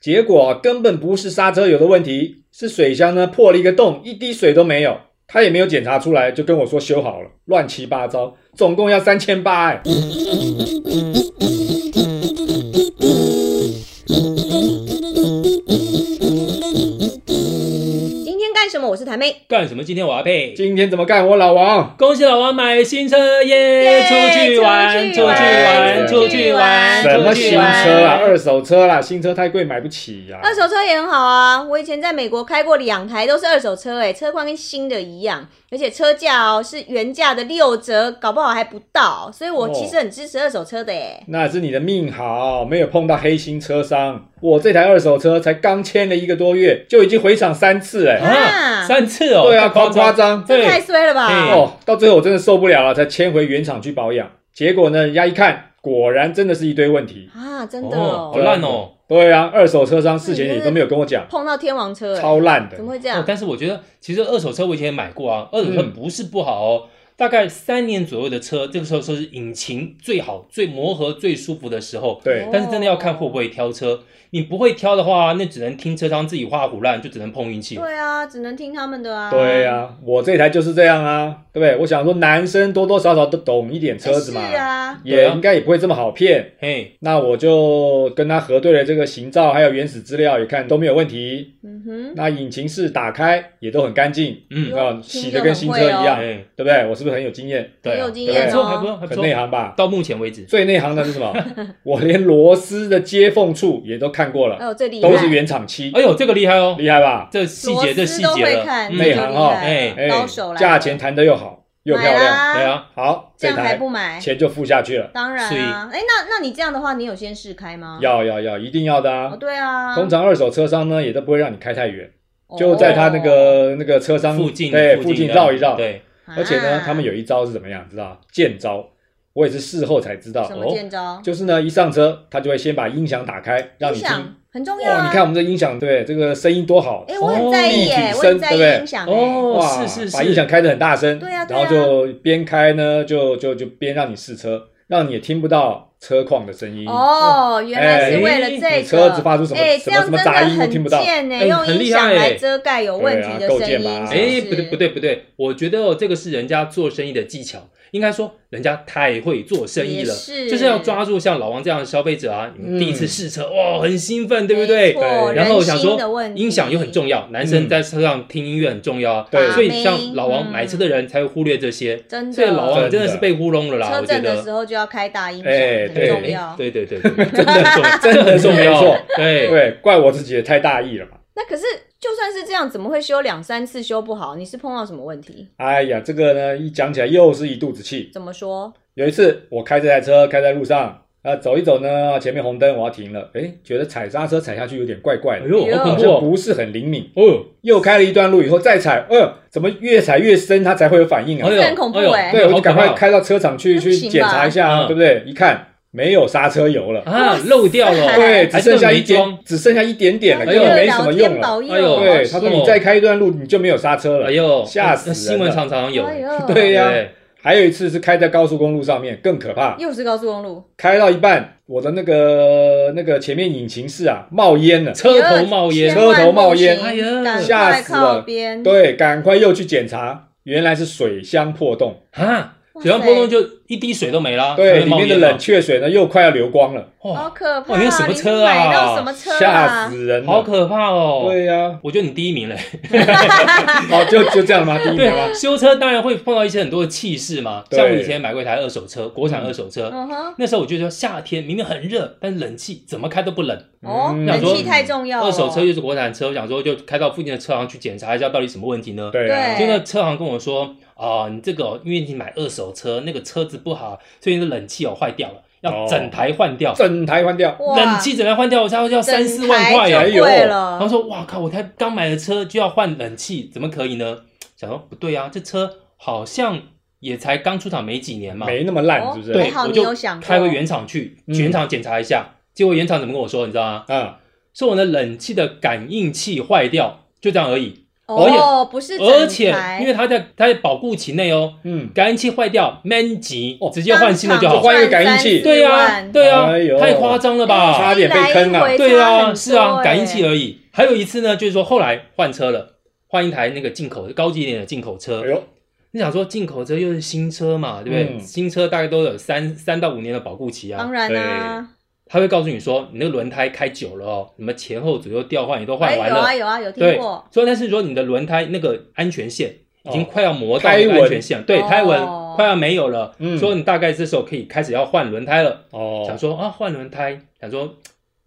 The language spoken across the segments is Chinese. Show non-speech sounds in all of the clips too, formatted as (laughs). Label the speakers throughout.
Speaker 1: 结果根本不是刹车油的问题，是水箱呢破了一个洞，一滴水都没有。他也没有检查出来，就跟我说修好了，乱七八糟，总共要三千八哎。
Speaker 2: 今天干什么？我是台妹，
Speaker 3: 干什么？今天我要配。
Speaker 1: 今天怎么干？我老王，
Speaker 3: 恭喜老王买新车耶！
Speaker 2: 耶
Speaker 3: 出去玩，
Speaker 2: 出去
Speaker 3: 出去
Speaker 2: 玩
Speaker 3: 玩，出去玩，
Speaker 2: 出
Speaker 1: 什
Speaker 2: 去玩
Speaker 1: 么
Speaker 3: 出
Speaker 1: 新
Speaker 3: 去
Speaker 1: 车
Speaker 3: 玩
Speaker 1: 啊？二手车啦，新车太贵买不起呀、
Speaker 2: 二手车也很好啊。我以前在美国开过两台都是二手车、欸，哎，车况跟新的一样，而且车价哦是原价的六折，搞不好还不到，所以我
Speaker 1: 哦
Speaker 2: 其实很支持二手车的、欸，
Speaker 1: 那是你的命好，没有碰到黑心车商。我这台二手车才刚签了一个多月，就已经回厂三次哎、
Speaker 2: 啊
Speaker 3: 啊，三次哦，
Speaker 1: 对啊，
Speaker 3: 太
Speaker 1: 夸夸
Speaker 3: 张。
Speaker 1: 张。
Speaker 2: 这
Speaker 3: 对
Speaker 2: 太衰了吧？
Speaker 3: 嘿
Speaker 1: 哦，到最后我真的受不了了，才迁回原厂去保养。结果呢，人家一看，果然真的是一堆问题。
Speaker 2: 啊，真的
Speaker 3: 哦，
Speaker 2: 哦，
Speaker 3: 好烂哦。
Speaker 1: 对啊，二手车商事前也都没有跟我讲，
Speaker 2: 碰到天王车、欸，
Speaker 1: 超烂的
Speaker 2: 怎。么会这
Speaker 3: 哦
Speaker 2: 样？
Speaker 3: 但是我觉得，其实二手车我以前也买过啊，二手车
Speaker 1: 嗯
Speaker 3: 不是不好哦。大概三年左右的车，这个时候说是引擎最好、最磨合、最舒服的时候。
Speaker 2: 哦
Speaker 1: 对，
Speaker 3: 但是真的要看会不会挑车，你不会挑的话，那只能听车商自己画胡烂，就只能碰运气。
Speaker 2: 对啊，只能听他们的啊。
Speaker 1: 对啊，我这台就是这样啊，对不对？我想说，男生多多少少都懂一点车子嘛，
Speaker 2: 是啊，
Speaker 1: 也应该也不会这么好骗。
Speaker 3: 嘿，
Speaker 1: 那我就跟他核对了这个行照，还有原始资料，也看都没有问题。
Speaker 2: 嗯哼，
Speaker 1: 那引擎室打开也都很干净，
Speaker 3: 嗯，
Speaker 1: 啊，洗的跟新车一样，
Speaker 2: 哦
Speaker 3: 哎，
Speaker 1: 对不对？我是不是很有经验？
Speaker 3: 对
Speaker 2: 啊
Speaker 3: 啊，
Speaker 2: 很有经
Speaker 3: 还
Speaker 1: 验
Speaker 3: 不
Speaker 2: 哦
Speaker 3: 错，还不错，还不
Speaker 1: 很
Speaker 3: 错。
Speaker 1: 内行吧？
Speaker 3: 到目前为止，
Speaker 1: 最内行的是什
Speaker 2: (laughs)
Speaker 1: 么？我连螺丝的接缝处也都看过了，
Speaker 2: 哦，最厉害，
Speaker 1: 都是原厂漆，
Speaker 3: 哎呦，这个厉害哦，
Speaker 1: 厉害吧？
Speaker 3: 这细节这细
Speaker 2: 螺丝都
Speaker 3: 节
Speaker 2: 会
Speaker 3: 了，
Speaker 2: 看，
Speaker 3: 嗯
Speaker 1: 内行哦
Speaker 2: 这就厉害
Speaker 1: 哎
Speaker 2: 高手来了
Speaker 1: 价钱谈得又好又漂
Speaker 2: 买
Speaker 1: 亮，
Speaker 2: 啦
Speaker 3: 对啊，
Speaker 1: 好，
Speaker 2: 这
Speaker 1: 这
Speaker 2: 样还
Speaker 1: 台
Speaker 2: 不买？
Speaker 1: 钱就付下去了。
Speaker 2: 当然啊，哎，那那你这样的话，你有先试开吗？
Speaker 1: 要要要，一定要的
Speaker 2: 哦，
Speaker 1: 啊！
Speaker 2: 对啊，
Speaker 1: 通常二手车商呢也都不会让你开太远，
Speaker 2: 哦
Speaker 1: 就在他那个那个车商
Speaker 3: 附近
Speaker 1: 对附近
Speaker 3: 近的
Speaker 1: 绕一绕，
Speaker 3: 对，
Speaker 1: 而且呢，
Speaker 2: 啊
Speaker 1: 他们有一招是怎么样？知道吗剑招，我也是事后才知道
Speaker 2: 什么
Speaker 1: 哦。
Speaker 2: 见招？
Speaker 1: 就是呢，一上车他就会先把音响打开，让
Speaker 2: 音
Speaker 1: 你听。
Speaker 2: 响很重要
Speaker 1: 哦，
Speaker 2: 啊。
Speaker 1: 你看我，们这音响，对这个声音多好，
Speaker 2: 哎，我很在意
Speaker 1: 哦立
Speaker 2: 耶，
Speaker 1: 体
Speaker 2: 我
Speaker 1: 声
Speaker 2: 很在
Speaker 1: 对不
Speaker 2: 意
Speaker 1: 对
Speaker 2: 音响耶。
Speaker 3: 哦，
Speaker 1: 哇，
Speaker 3: 是是是，
Speaker 1: 把音响开得很大声，
Speaker 2: 对啊对
Speaker 1: 然
Speaker 2: 啊
Speaker 1: 后就边开呢，就就就边让你试车，让你也听不到车况的声音。
Speaker 2: 哦，原来是
Speaker 1: 哎
Speaker 2: 为了这
Speaker 1: 你
Speaker 2: 个。
Speaker 1: 车子发出什么
Speaker 2: 哎，
Speaker 1: 什
Speaker 2: 这
Speaker 1: 么什
Speaker 2: 样真
Speaker 1: 么
Speaker 2: 的
Speaker 1: 杂音，我听
Speaker 2: 很
Speaker 1: 不到。
Speaker 2: 贱呢、
Speaker 3: 哎
Speaker 2: 用
Speaker 3: 很
Speaker 2: 音
Speaker 3: 厉
Speaker 2: 响
Speaker 3: 害哎
Speaker 2: 来遮盖有问题的
Speaker 1: 对啊
Speaker 2: 声
Speaker 1: 够
Speaker 2: 音
Speaker 1: 贱。吧
Speaker 2: 是
Speaker 3: 哎，
Speaker 2: 是
Speaker 3: 不对不，对不对，我觉得哦，这个是人家做生意的技巧，应该说人家太会做生意
Speaker 2: 也
Speaker 3: 了，
Speaker 2: 是
Speaker 3: 就是要抓住像老王这样的消费者啊，你们第一次试车哇，很兴奋，对
Speaker 2: 嗯
Speaker 3: 不
Speaker 2: 没
Speaker 3: 对？
Speaker 2: 错
Speaker 1: 对哎
Speaker 3: 然后我想
Speaker 2: 人心的
Speaker 3: 说
Speaker 2: 问，题
Speaker 3: 音响又很重要，男生在车上听音乐很重要啊，
Speaker 1: 嗯对
Speaker 3: 所
Speaker 2: 把妹
Speaker 3: 以像老王
Speaker 2: 嗯
Speaker 3: 买车的人才会忽略这些，
Speaker 2: 真的。
Speaker 3: 所以老
Speaker 1: 啊
Speaker 3: 王真的是被糊弄了啦，
Speaker 2: 嗯车
Speaker 3: 我觉
Speaker 2: 震的
Speaker 3: 得
Speaker 2: 时。候就要开大音响，
Speaker 1: 哎
Speaker 2: 很
Speaker 1: 对
Speaker 2: 重要。
Speaker 3: 对对对对，真的很重
Speaker 2: (laughs)
Speaker 3: 要，
Speaker 1: 真的
Speaker 3: 这很重
Speaker 1: 没
Speaker 3: 要
Speaker 1: 错，
Speaker 3: 对，
Speaker 1: 对，怪我自己也太大意了嘛。
Speaker 2: 那可是就算是这样，怎么会修两三次修不好？你是碰到什么问题？
Speaker 1: 哎呀，这个呢，一讲起来又是一肚子气。
Speaker 2: 怎么说？
Speaker 1: 有一次，我开这台车开在路上，啊，走一走呢，前面红灯我要停了，哎，觉得踩刹车踩下去有点怪怪
Speaker 3: 哎
Speaker 1: 的，
Speaker 3: 呦，好
Speaker 1: 好
Speaker 3: 恐
Speaker 1: 像
Speaker 3: 怖
Speaker 1: 不是很灵敏。
Speaker 3: 哦，
Speaker 1: 又开了一段路以后再踩，呃，怎么越踩越深，它才会有反应啊
Speaker 3: 哎？呦
Speaker 2: 这很恐怖
Speaker 3: 哎呦
Speaker 2: 哎
Speaker 1: 对，我就
Speaker 3: 好可
Speaker 1: 赶
Speaker 3: 怕
Speaker 1: 快开到车厂去
Speaker 2: 那不
Speaker 1: 去
Speaker 2: 行吧
Speaker 1: 检查一下啊，
Speaker 3: 嗯
Speaker 1: 对不对？一看没有刹车油了，
Speaker 3: 啊，漏掉
Speaker 2: 哎
Speaker 3: 了，
Speaker 2: (laughs)
Speaker 1: 对，只
Speaker 3: 还是
Speaker 1: 剩下
Speaker 3: 哎没
Speaker 1: 一点
Speaker 3: 装，
Speaker 1: 只剩下一点点了，
Speaker 3: 哎
Speaker 1: 根
Speaker 3: 呦
Speaker 1: 本没什
Speaker 2: 老
Speaker 1: 么用
Speaker 2: 天
Speaker 1: 了。
Speaker 2: 保佑！啊
Speaker 3: 哎呦
Speaker 1: 对，他说你再开一段路你就没有刹车了
Speaker 3: 哎。呦，
Speaker 1: 吓死
Speaker 3: 那新
Speaker 1: 人
Speaker 3: 闻
Speaker 1: 了
Speaker 3: 常常有，
Speaker 2: 哎呦
Speaker 1: 对呀
Speaker 3: 对
Speaker 1: 还有一次是开在高速公路上面，更可
Speaker 3: 啊
Speaker 1: 怕。
Speaker 2: 又是高速公路，
Speaker 1: 开到一半，我的那个那个前面引擎室啊冒烟了，
Speaker 3: 车头冒烟
Speaker 1: 哎，车头冒烟
Speaker 2: 千万
Speaker 3: 哎呀
Speaker 2: 不行赶
Speaker 1: 吓
Speaker 2: 快
Speaker 1: 死了
Speaker 2: 靠边。
Speaker 1: 对，赶快又去检查，原来是水箱破洞，
Speaker 3: 啊，
Speaker 2: 哇塞
Speaker 3: 水箱破洞就一滴水都没啦，
Speaker 1: 对，
Speaker 3: 才会
Speaker 1: 里
Speaker 3: 啊冒
Speaker 1: 面
Speaker 3: 烟
Speaker 1: 的
Speaker 3: 嘛
Speaker 1: 冷却水呢又快要流光了，
Speaker 2: 好
Speaker 3: 哇，
Speaker 2: 可怕！
Speaker 3: 哇你
Speaker 2: 你
Speaker 3: 哦有
Speaker 2: 是
Speaker 3: 什么车啊
Speaker 2: 买到什么车
Speaker 1: 吓
Speaker 2: 啊？
Speaker 1: 死人
Speaker 3: 好
Speaker 1: 了。
Speaker 3: 可怕哦。
Speaker 1: 对呀，
Speaker 3: 我觉得你第一名嘞，
Speaker 1: 哦，就就这样吗？第一名吗？
Speaker 3: 对，修车当然会碰到一些很多的气势嘛，
Speaker 1: 对
Speaker 3: 像我以前买过一台二手车，国产二手车，
Speaker 2: 嗯哼，
Speaker 3: 那时候我就说夏天明明很热，但是冷气怎么开都不冷，
Speaker 2: 哦，
Speaker 1: 嗯
Speaker 2: 人气太重要了。
Speaker 3: 二手车又是国产车，我想说就开到附近的车行去检查一下到底什么问题呢？
Speaker 1: 对啊，
Speaker 2: 对
Speaker 3: 就那车行跟我说啊、你这个哦、因为你买二手车，那个车子不好，所以你的冷气哦坏掉了，要
Speaker 1: 哦
Speaker 3: 整台换掉。
Speaker 1: 整台换掉，
Speaker 2: 哇
Speaker 3: 冷气整台换掉，我差不多要三四万
Speaker 2: 整
Speaker 3: 块呀
Speaker 2: 台。
Speaker 1: 哎
Speaker 2: 就
Speaker 1: 呦
Speaker 2: 贵了。
Speaker 3: 然后说，哇靠，我才刚买了车就要换冷气，怎么可以呢？想说不对啊，这车好像也才刚出厂没几年嘛。
Speaker 1: 没那么烂，
Speaker 2: 哦
Speaker 1: 是不
Speaker 2: 还
Speaker 1: 是？
Speaker 3: 对，
Speaker 2: 好
Speaker 3: 我
Speaker 2: 你
Speaker 3: 就
Speaker 2: 有想过
Speaker 3: 开回原厂去，
Speaker 1: 嗯
Speaker 3: 原厂检查一下。结果原厂怎么跟我说，你知道吗？
Speaker 1: 啊，
Speaker 3: 说我的冷气的感应器坏掉，就这样而已。
Speaker 2: 哦，不是
Speaker 3: 而
Speaker 2: 整
Speaker 3: 且因
Speaker 2: 台，
Speaker 3: 为它在它在保固期内哦，
Speaker 1: 嗯，
Speaker 3: 感应器坏掉 man 级
Speaker 1: 哦
Speaker 3: 直接换新的就好
Speaker 1: 当。场换一个感应器
Speaker 3: 对呀、
Speaker 2: 呀，
Speaker 3: 对啊呀、
Speaker 1: 哎呦
Speaker 3: 太夸张了吧？
Speaker 2: 哎
Speaker 1: 差点被坑了
Speaker 2: 一来一回
Speaker 3: 对
Speaker 2: 差
Speaker 3: 啊，
Speaker 2: 哎很
Speaker 3: 是啊，
Speaker 2: 多
Speaker 3: 感应器
Speaker 2: 欸
Speaker 3: 而已。还有一次呢，就是说后来换车了，换一台那个进口高级一点的进口车
Speaker 1: 哎。呦，
Speaker 3: 你想说进口车又是新车嘛，对不对？
Speaker 1: 嗯
Speaker 3: 新车大概都有三三到五年的保固期啊
Speaker 2: 当。然啊，
Speaker 3: 他会告诉你说，你那个轮胎开久了哦，什么前后左右调换也都
Speaker 2: 哎
Speaker 3: 换完
Speaker 2: 有
Speaker 3: 了。
Speaker 2: 啊有啊有听
Speaker 3: 对
Speaker 2: 过，，
Speaker 3: 所以但是说你的轮胎那个安全线已经快要磨到
Speaker 1: 哦胎
Speaker 3: 那个安
Speaker 1: 纹
Speaker 3: 全线，对，胎纹
Speaker 2: 哦
Speaker 3: 快要没有了。
Speaker 1: 嗯
Speaker 3: 说你大概这时候可以开始要换轮胎了。想
Speaker 1: 哦，
Speaker 3: 说啊，换轮胎，想说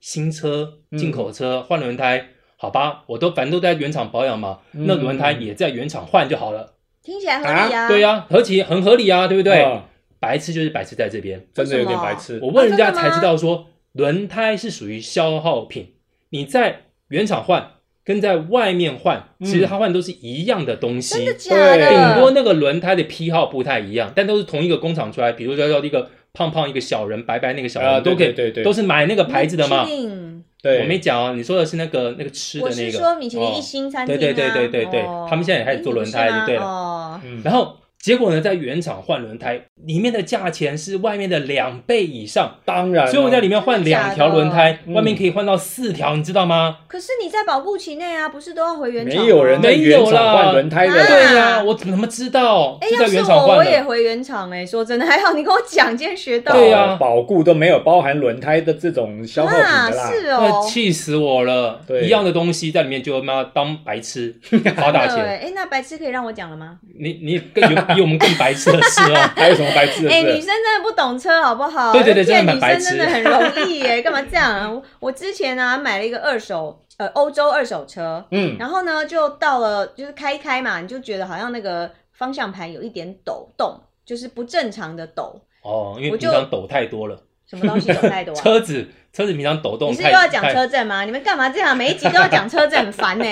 Speaker 3: 新车、
Speaker 1: 嗯
Speaker 3: 进口车换轮胎，好吧，我都反正都在原厂保养嘛，那
Speaker 1: 嗯
Speaker 3: 轮胎也在原厂换就好了。
Speaker 2: 听起来合理啊，
Speaker 3: 对
Speaker 2: 呀，
Speaker 3: 呀、合情很合理啊，对不对？
Speaker 1: 啊
Speaker 3: 白痴就是白痴在这边，
Speaker 1: 真的有点
Speaker 2: 为什么
Speaker 1: 白痴
Speaker 3: 我问人家
Speaker 2: 啊真的
Speaker 3: 才
Speaker 2: 吗
Speaker 3: 知道说，轮胎是属于消耗品，你在原厂换跟在外面换，
Speaker 1: 嗯
Speaker 3: 其实它换都是一样的东西。
Speaker 2: 真的假
Speaker 1: 对
Speaker 2: 的？
Speaker 3: 顶多那个轮胎的批号不太一样，但都是同一个工厂出来。比如说，要一个胖胖、一个小人、白白那个小人，
Speaker 1: 啊，
Speaker 3: 都
Speaker 1: 对
Speaker 3: 可
Speaker 1: 对
Speaker 3: 以
Speaker 1: 对对，
Speaker 3: 都是买那个牌子的嘛。
Speaker 2: Michelin
Speaker 1: 对，
Speaker 3: 我没讲哦，你说的是那个那个吃的
Speaker 2: 我
Speaker 3: 那
Speaker 2: 是
Speaker 3: 个。哦
Speaker 2: 说米其林一星餐厅啊，
Speaker 3: 对对对对对对
Speaker 2: 哦
Speaker 3: 他们现在也开始做轮胎
Speaker 2: 你不是吗
Speaker 3: 就对了
Speaker 2: 哦，
Speaker 1: 嗯，
Speaker 3: 然后结果呢，在原厂换轮胎，里面的价钱是外面的两倍以上，
Speaker 1: 当然啊，
Speaker 3: 所以我在里面换两条轮胎，
Speaker 1: 嗯
Speaker 3: 外面可以换到四条，你知道吗？
Speaker 2: 可是你在保护期内啊，不是都要回原厂吗？
Speaker 1: 没有人在
Speaker 3: 没
Speaker 1: 原
Speaker 3: 有啦
Speaker 1: 厂换轮胎的
Speaker 2: 啊
Speaker 1: 啦，
Speaker 3: 对呀、我怎么知道？
Speaker 2: 哎，
Speaker 3: 就
Speaker 2: 要
Speaker 3: 在
Speaker 2: 是
Speaker 3: 原厂
Speaker 2: 我
Speaker 3: 换
Speaker 2: 我也
Speaker 3: 的。
Speaker 2: 回原厂哎，说真的，还好你跟我讲，今天学到。
Speaker 3: 对呀啊
Speaker 1: 保保固都没有包含轮胎的这种消耗品
Speaker 2: 啊，
Speaker 1: 的啦。
Speaker 2: 是
Speaker 3: 那
Speaker 2: 哦，
Speaker 3: 气死我了！
Speaker 1: 对。
Speaker 3: 一样的东西在里面就妈当白痴花大
Speaker 2: 真的
Speaker 3: 钱，
Speaker 2: 哎，那白痴可以让我讲了吗？
Speaker 3: 你你更有比我们更白痴的事哦
Speaker 2: (laughs)
Speaker 1: 还有什么白痴的
Speaker 2: 哎，女
Speaker 1: 事？
Speaker 2: 生真的不懂车好不好？
Speaker 3: 对对对
Speaker 2: 而且
Speaker 3: 真的蛮
Speaker 2: 女
Speaker 3: 白
Speaker 2: 生
Speaker 3: 痴
Speaker 2: 真的很容易
Speaker 3: (laughs)
Speaker 2: 耶，干嘛这样啊？我我之前呢买了一个二手，呃，欧洲二手车，
Speaker 1: 嗯，
Speaker 2: 然后呢，就到了就是开一开嘛，你就觉得好像那个方向盘有一点抖动，就是不正常的抖，
Speaker 3: 哦，因
Speaker 2: 我
Speaker 3: 为
Speaker 2: 就
Speaker 3: 平常抖太多了，
Speaker 2: 什么东西抖太多啊？
Speaker 3: (laughs) 车子车子平常抖动
Speaker 2: 你是
Speaker 3: 太
Speaker 2: 又要讲
Speaker 3: 太
Speaker 2: 车震吗？你们干嘛这样？每一集都要讲车震，很烦呢、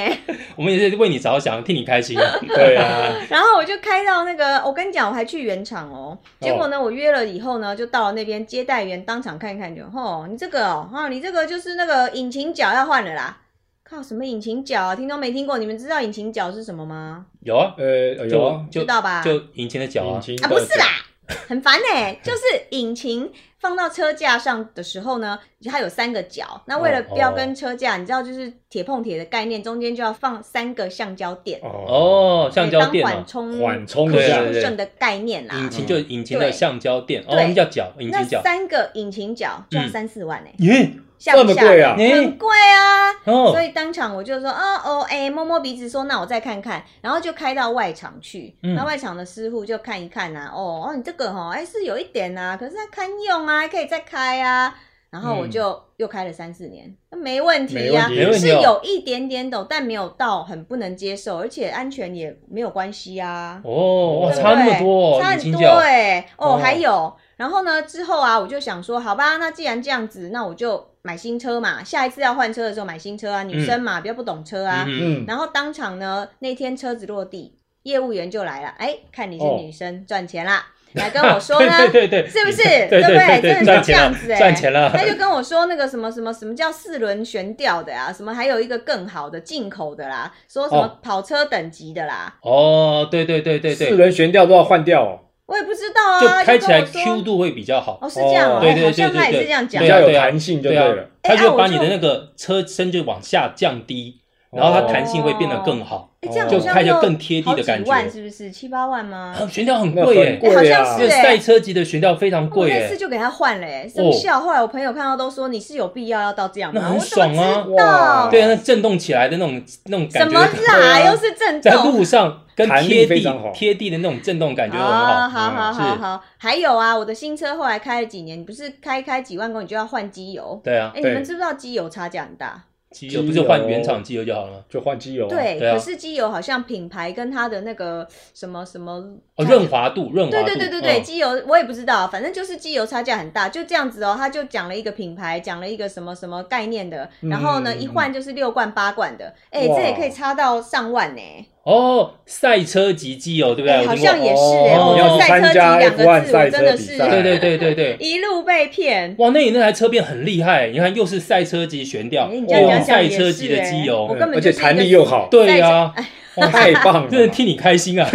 Speaker 3: 我们也是为你着想，替你开心。
Speaker 1: 对啊，
Speaker 3: (laughs)
Speaker 2: 然后我就开到那个，我跟你讲，我还去原厂哦。结果呢，我约了以后呢，就到了那边接待员当场看一看就，吼，你这个哦，哈、你这个就是那个引擎角要换了啦。靠，什么引擎角啊？听都没听过。你们知道引擎角是什么吗？
Speaker 3: 有啊，
Speaker 1: 呃，有
Speaker 3: 就
Speaker 1: 啊
Speaker 2: 知
Speaker 3: 就
Speaker 2: 道吧？
Speaker 3: 就引擎的脚
Speaker 1: 引
Speaker 3: 啊，
Speaker 1: 擎
Speaker 2: 啊，不是
Speaker 1: 的
Speaker 2: 啦， (laughs) 很烦哎、就是引擎放到车架上的时候呢，它有三个角。那为了
Speaker 3: 哦
Speaker 2: 不要跟车架，你知道就是铁碰铁的概念，中间就要放三个橡胶垫，
Speaker 1: 哦，
Speaker 3: 哦，橡胶
Speaker 2: 对
Speaker 3: 垫
Speaker 2: 当
Speaker 3: 啊
Speaker 2: 缓，冲
Speaker 1: 缓冲
Speaker 3: 一下
Speaker 2: 对对对的概念啦
Speaker 3: 引。擎就引擎的
Speaker 2: 对
Speaker 3: 橡胶垫，哦，
Speaker 2: 对
Speaker 3: 那叫脚，引
Speaker 2: 那
Speaker 3: 擎脚。
Speaker 2: 三个引擎角就要
Speaker 3: 嗯
Speaker 2: 三四万哎、欸，
Speaker 3: 耶，
Speaker 2: 吓不
Speaker 1: 这么
Speaker 2: 吓
Speaker 1: 贵啊
Speaker 2: 人很贵啊！所
Speaker 3: 哦，
Speaker 2: 以当场我就说，哦哦，哎、摸摸鼻子说，那我再看看，然后就开到外场去。
Speaker 3: 嗯
Speaker 2: 那、外场的师傅就看一看啊，哦哦，你这个哈，哎、是有一点啊，可是它堪用啊，还可以再开啊。然后我就又开了三四年，那没问题
Speaker 1: 没
Speaker 2: 呀、
Speaker 1: 问题
Speaker 3: 嗯没问
Speaker 2: 是
Speaker 3: 题哦。
Speaker 2: 有一点点抖，但没有到很不能接受，而且安全也没有关系啊。
Speaker 3: 哦，哇，
Speaker 2: 对不对
Speaker 3: 差那么多
Speaker 2: 差
Speaker 3: 哦，引
Speaker 2: 很
Speaker 3: 擎
Speaker 2: 多
Speaker 3: 脚。
Speaker 2: 哎、哦，
Speaker 3: 哦
Speaker 2: 还有，然后呢，之后啊，我就想说，好吧，那既然这样子，那我就买新车嘛，下一次要换车的时候买新车啊，女生嘛，比较不懂车啊。
Speaker 3: 嗯
Speaker 1: 嗯，
Speaker 2: 然后当场呢，那天车子落地，业务员就来了，哎、看你是
Speaker 1: 哦
Speaker 2: 女生，赚钱
Speaker 3: (laughs)
Speaker 2: 啦，来跟我
Speaker 3: 哼，
Speaker 2: 说呢。
Speaker 3: 对对对对，
Speaker 2: 是不是
Speaker 3: 对
Speaker 2: 对不对真
Speaker 3: 对
Speaker 2: 的是
Speaker 3: 赚
Speaker 2: 这
Speaker 3: 钱
Speaker 2: 样
Speaker 3: 了
Speaker 2: 子，哎
Speaker 3: 赚钱了。
Speaker 2: 他就跟我说那个什么什么什么叫四轮悬吊的啊，什么还有一个更好的进口的啦，说什么
Speaker 1: 哦
Speaker 2: 跑车等级的啦，
Speaker 3: 哦，对对对对
Speaker 1: 四
Speaker 3: 对，
Speaker 1: 轮悬吊都要换掉哦，
Speaker 2: 我也不知道啊，
Speaker 3: 就开起来
Speaker 2: 就跟我说
Speaker 3: Q 度会比较好。
Speaker 2: 哦，是这样、哦，
Speaker 1: 哦
Speaker 3: 对对
Speaker 2: 好
Speaker 3: 对
Speaker 2: 像
Speaker 3: 对
Speaker 2: 他也
Speaker 3: 对，
Speaker 2: 是这样讲
Speaker 1: 比
Speaker 3: 对
Speaker 2: 的，
Speaker 3: 啊
Speaker 1: 较有
Speaker 3: 对啊
Speaker 1: 弹性就对
Speaker 3: 对啊
Speaker 1: 了。，
Speaker 2: 哎
Speaker 3: 它
Speaker 2: 啊
Speaker 3: 就
Speaker 2: 我
Speaker 3: 把你
Speaker 2: 就
Speaker 3: 的那个车身就往下降低，然后
Speaker 1: 哦
Speaker 3: 它弹性会变得更好。
Speaker 2: 哎、这样
Speaker 1: 就
Speaker 2: 好像
Speaker 3: 开得
Speaker 2: 又
Speaker 3: 更贴地的感
Speaker 2: 好几
Speaker 3: 觉
Speaker 2: 万是不是七八万吗？
Speaker 3: 啊悬吊很
Speaker 1: 那
Speaker 3: 贵耶
Speaker 1: 很，贵
Speaker 2: 哎好像
Speaker 1: 啊
Speaker 3: 这
Speaker 2: 是，
Speaker 3: 赛车级的悬吊非常
Speaker 2: 我
Speaker 3: 贵
Speaker 2: 哦那次
Speaker 3: 耶，哦
Speaker 2: 就给他换了、欸，生效。后来我朋友看到都说你是有必要要到这样吗？
Speaker 3: 那很
Speaker 2: 我怎么
Speaker 3: 爽啊
Speaker 2: 知道
Speaker 1: 哇
Speaker 3: 对啊，那震动起来的那种那种
Speaker 2: 什
Speaker 3: 感
Speaker 2: 么
Speaker 3: 觉，
Speaker 2: 啦，又是震
Speaker 3: 啊在
Speaker 2: 动。
Speaker 3: 路上跟
Speaker 1: 弹力
Speaker 3: 贴
Speaker 1: 非常
Speaker 3: 地
Speaker 1: 好
Speaker 3: 贴地的那种震动感觉都很
Speaker 2: 啊、
Speaker 3: 好。
Speaker 2: 好好
Speaker 1: 嗯
Speaker 2: 好
Speaker 3: 是
Speaker 2: 好，还有啊，我的新车后来开了几年，你不是开开几万公里就要换机油？
Speaker 3: 对啊
Speaker 2: 哎、，你们
Speaker 1: 对
Speaker 2: 知不知道机油差价很大？
Speaker 3: 机油不是换原厂机油就好了吗？
Speaker 1: 就换机油啊。
Speaker 2: 对，
Speaker 3: 对啊
Speaker 2: 可是机油好像品牌跟它的那个什么什么
Speaker 3: 哦，润滑度， (laughs) 润滑
Speaker 2: 对
Speaker 3: 度，
Speaker 2: 对对对对，
Speaker 3: 嗯，
Speaker 2: 机油我也不知道，反正就是机油差价很大，就这样子哦。他就讲了一个品牌，讲了一个什么什么概念的，然后呢，
Speaker 1: 嗯
Speaker 2: 一换就是六罐八罐的，哎、
Speaker 1: 哇
Speaker 2: 这也可以差到上万呢、
Speaker 3: 哦，赛车级机油对不对？
Speaker 2: 哎
Speaker 3: 我
Speaker 2: 好
Speaker 3: 听过
Speaker 2: 像也是哎、
Speaker 3: 哦
Speaker 2: 我
Speaker 3: 要
Speaker 2: 说赛车
Speaker 1: 参
Speaker 2: 级
Speaker 1: 加
Speaker 2: 两个
Speaker 1: F1
Speaker 2: 字，我
Speaker 1: 赛车
Speaker 2: 真的
Speaker 1: 比
Speaker 2: 是
Speaker 1: 赛
Speaker 3: 对对对对对，
Speaker 2: 一路被骗。
Speaker 3: 哇，那你那台车变很厉害，你看又是赛车级悬吊，
Speaker 2: 哎你
Speaker 1: 这样
Speaker 3: 又
Speaker 1: 讲
Speaker 2: 讲
Speaker 3: 是赛
Speaker 2: 也
Speaker 3: 车
Speaker 2: 是
Speaker 3: 级的
Speaker 2: 哎
Speaker 3: 机油
Speaker 2: 我，根本
Speaker 1: 哦而且
Speaker 2: 就是一个
Speaker 1: 弹力又好，
Speaker 3: 对呀，
Speaker 1: (laughs)
Speaker 2: (laughs)
Speaker 1: 太棒了，
Speaker 3: 真的替你开心啊！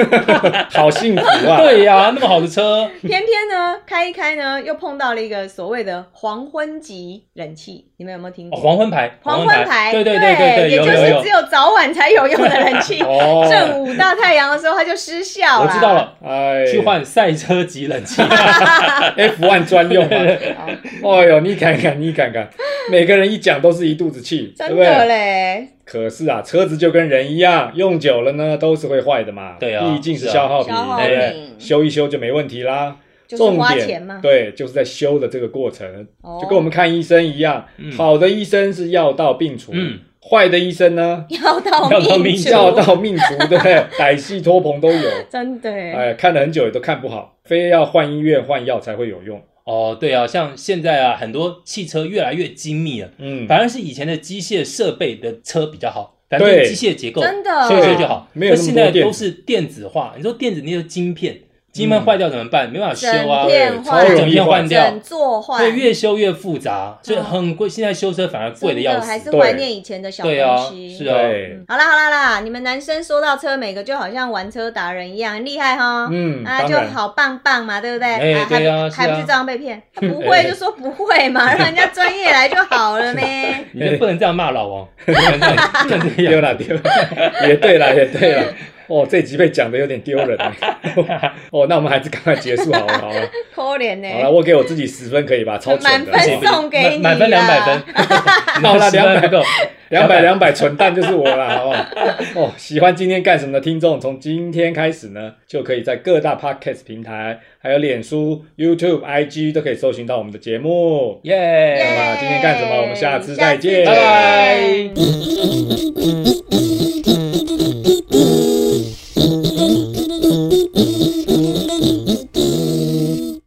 Speaker 1: 好幸福啊！。
Speaker 2: (laughs)
Speaker 3: 对呀、那么好的车，
Speaker 2: 偏偏呢开一开呢，又碰到了一个所谓的黄昏级冷气，你们有没有听
Speaker 3: 哦
Speaker 2: 过？
Speaker 3: 黄昏牌，
Speaker 2: 黄
Speaker 3: 昏
Speaker 2: 昏牌，
Speaker 3: 对
Speaker 2: 对
Speaker 3: 对对，
Speaker 2: 也
Speaker 3: 有
Speaker 2: 就
Speaker 3: 有
Speaker 2: 是只
Speaker 3: 有，
Speaker 2: 有早晚才有用的冷气
Speaker 3: (laughs)
Speaker 1: 哦，
Speaker 2: 正午大太阳的时候，它就失效
Speaker 3: 我
Speaker 2: 了。
Speaker 3: 知道了，
Speaker 1: 哎，
Speaker 3: 去换赛车级冷气，
Speaker 1: F1 专用嘛。
Speaker 2: 啊，
Speaker 1: 哎呦，你看看，你看看，每个人一讲都是一肚子
Speaker 3: (laughs)
Speaker 1: 气，对
Speaker 2: 真
Speaker 1: 不
Speaker 2: 的
Speaker 1: 对？
Speaker 2: 嘞，
Speaker 1: 可是啊，车子就跟人一样，用久了呢都是会坏的嘛。
Speaker 3: 对啊
Speaker 1: 毕竟是
Speaker 3: 是啊
Speaker 1: 消耗品，
Speaker 2: 消耗
Speaker 1: 对不对？
Speaker 2: 品
Speaker 1: 修一修就没问题啦。
Speaker 2: 就是花
Speaker 1: 重
Speaker 2: 钱
Speaker 1: 点
Speaker 2: 嘛。
Speaker 1: 对，就是在修的这个过程，
Speaker 2: 哦
Speaker 1: 就跟我们看医生一样，
Speaker 3: 嗯
Speaker 1: 好的医生是药到病除，
Speaker 3: 嗯
Speaker 1: 坏的医生呢
Speaker 2: 要
Speaker 1: (laughs)
Speaker 2: 到
Speaker 3: 要到
Speaker 2: 命
Speaker 3: 命
Speaker 2: 除
Speaker 3: 除
Speaker 1: 药到命除，对不对？歹戏拖棚都有，
Speaker 2: (laughs) 真的欸耶，
Speaker 1: 哎，看了很久也都看不好，非要换医院换药才会有用。
Speaker 3: 哦，对啊，像现在啊，很多汽车越来越精密了，
Speaker 1: 嗯，
Speaker 3: 反而是以前的机械设备的车比较好，反正就是
Speaker 1: 对
Speaker 3: 机械结构
Speaker 2: 真的
Speaker 3: 修一
Speaker 1: 对
Speaker 3: 修就好。
Speaker 1: 没有
Speaker 3: 那
Speaker 1: 那么
Speaker 3: 现
Speaker 1: 多
Speaker 3: 在
Speaker 1: 电
Speaker 3: 都
Speaker 1: 子
Speaker 3: 是电子化，你说电子那些晶片，晶
Speaker 1: 嗯
Speaker 3: 片坏掉怎么办？没办法修啊
Speaker 2: 整，片
Speaker 1: 超
Speaker 2: 换，
Speaker 1: 容易
Speaker 3: 整片换掉
Speaker 2: 整座换，
Speaker 3: 会越修越复杂，所以
Speaker 2: 嗯
Speaker 3: 很贵。现在修车反而贵的
Speaker 2: 真
Speaker 3: 要
Speaker 2: 还是
Speaker 3: 死。
Speaker 2: 怀念以前的小
Speaker 3: 对啊
Speaker 2: 东西。
Speaker 3: 是啊
Speaker 1: 对，
Speaker 2: 嗯好啦好啦啦，你们男生说到车，每个就好像玩车达人一样，很厉害哈。
Speaker 1: 嗯，
Speaker 2: 啊，
Speaker 1: 当
Speaker 2: 就
Speaker 1: 然，
Speaker 2: 好棒棒嘛，对不对？
Speaker 3: 哎
Speaker 2: 啊，还
Speaker 3: 对啊
Speaker 2: 不
Speaker 3: 是啊
Speaker 2: 还不是这样被
Speaker 3: (laughs)
Speaker 2: 骗？他不会就说不会嘛，让人家专业来就好了呗。
Speaker 3: 你就不能这样骂老王，不能这样，不能这
Speaker 1: (laughs) 丢
Speaker 3: 样。
Speaker 1: 了丢了，也对了也对了。哦，这集被讲的有点丢人了。哦，那我们还是赶快结束好了，
Speaker 2: (laughs)
Speaker 1: 好了，
Speaker 2: 可怜
Speaker 1: 好了，
Speaker 2: 呢，
Speaker 1: 我给我自己十分可以吧？超蠢
Speaker 3: 啊
Speaker 2: 满
Speaker 1: 的，
Speaker 2: 分送给你啦
Speaker 3: 满满分两百
Speaker 2: (laughs)
Speaker 3: 分，
Speaker 1: 好啦
Speaker 3: 十分
Speaker 1: 200
Speaker 3: 不
Speaker 1: (laughs)
Speaker 3: 够。
Speaker 1: 两百两百，蠢蛋就是我 (laughs) 啦，好不好？哦，喜欢今天干什么的听众，从今天开始呢，就可以在各大 podcast 平台，还有脸书、YouTube、IG 都可以搜寻到我们的节目。
Speaker 3: 耶
Speaker 1: 好啦今天干什么我们下次再见
Speaker 2: 下次见
Speaker 3: 拜拜。
Speaker 4: Mm-hmm.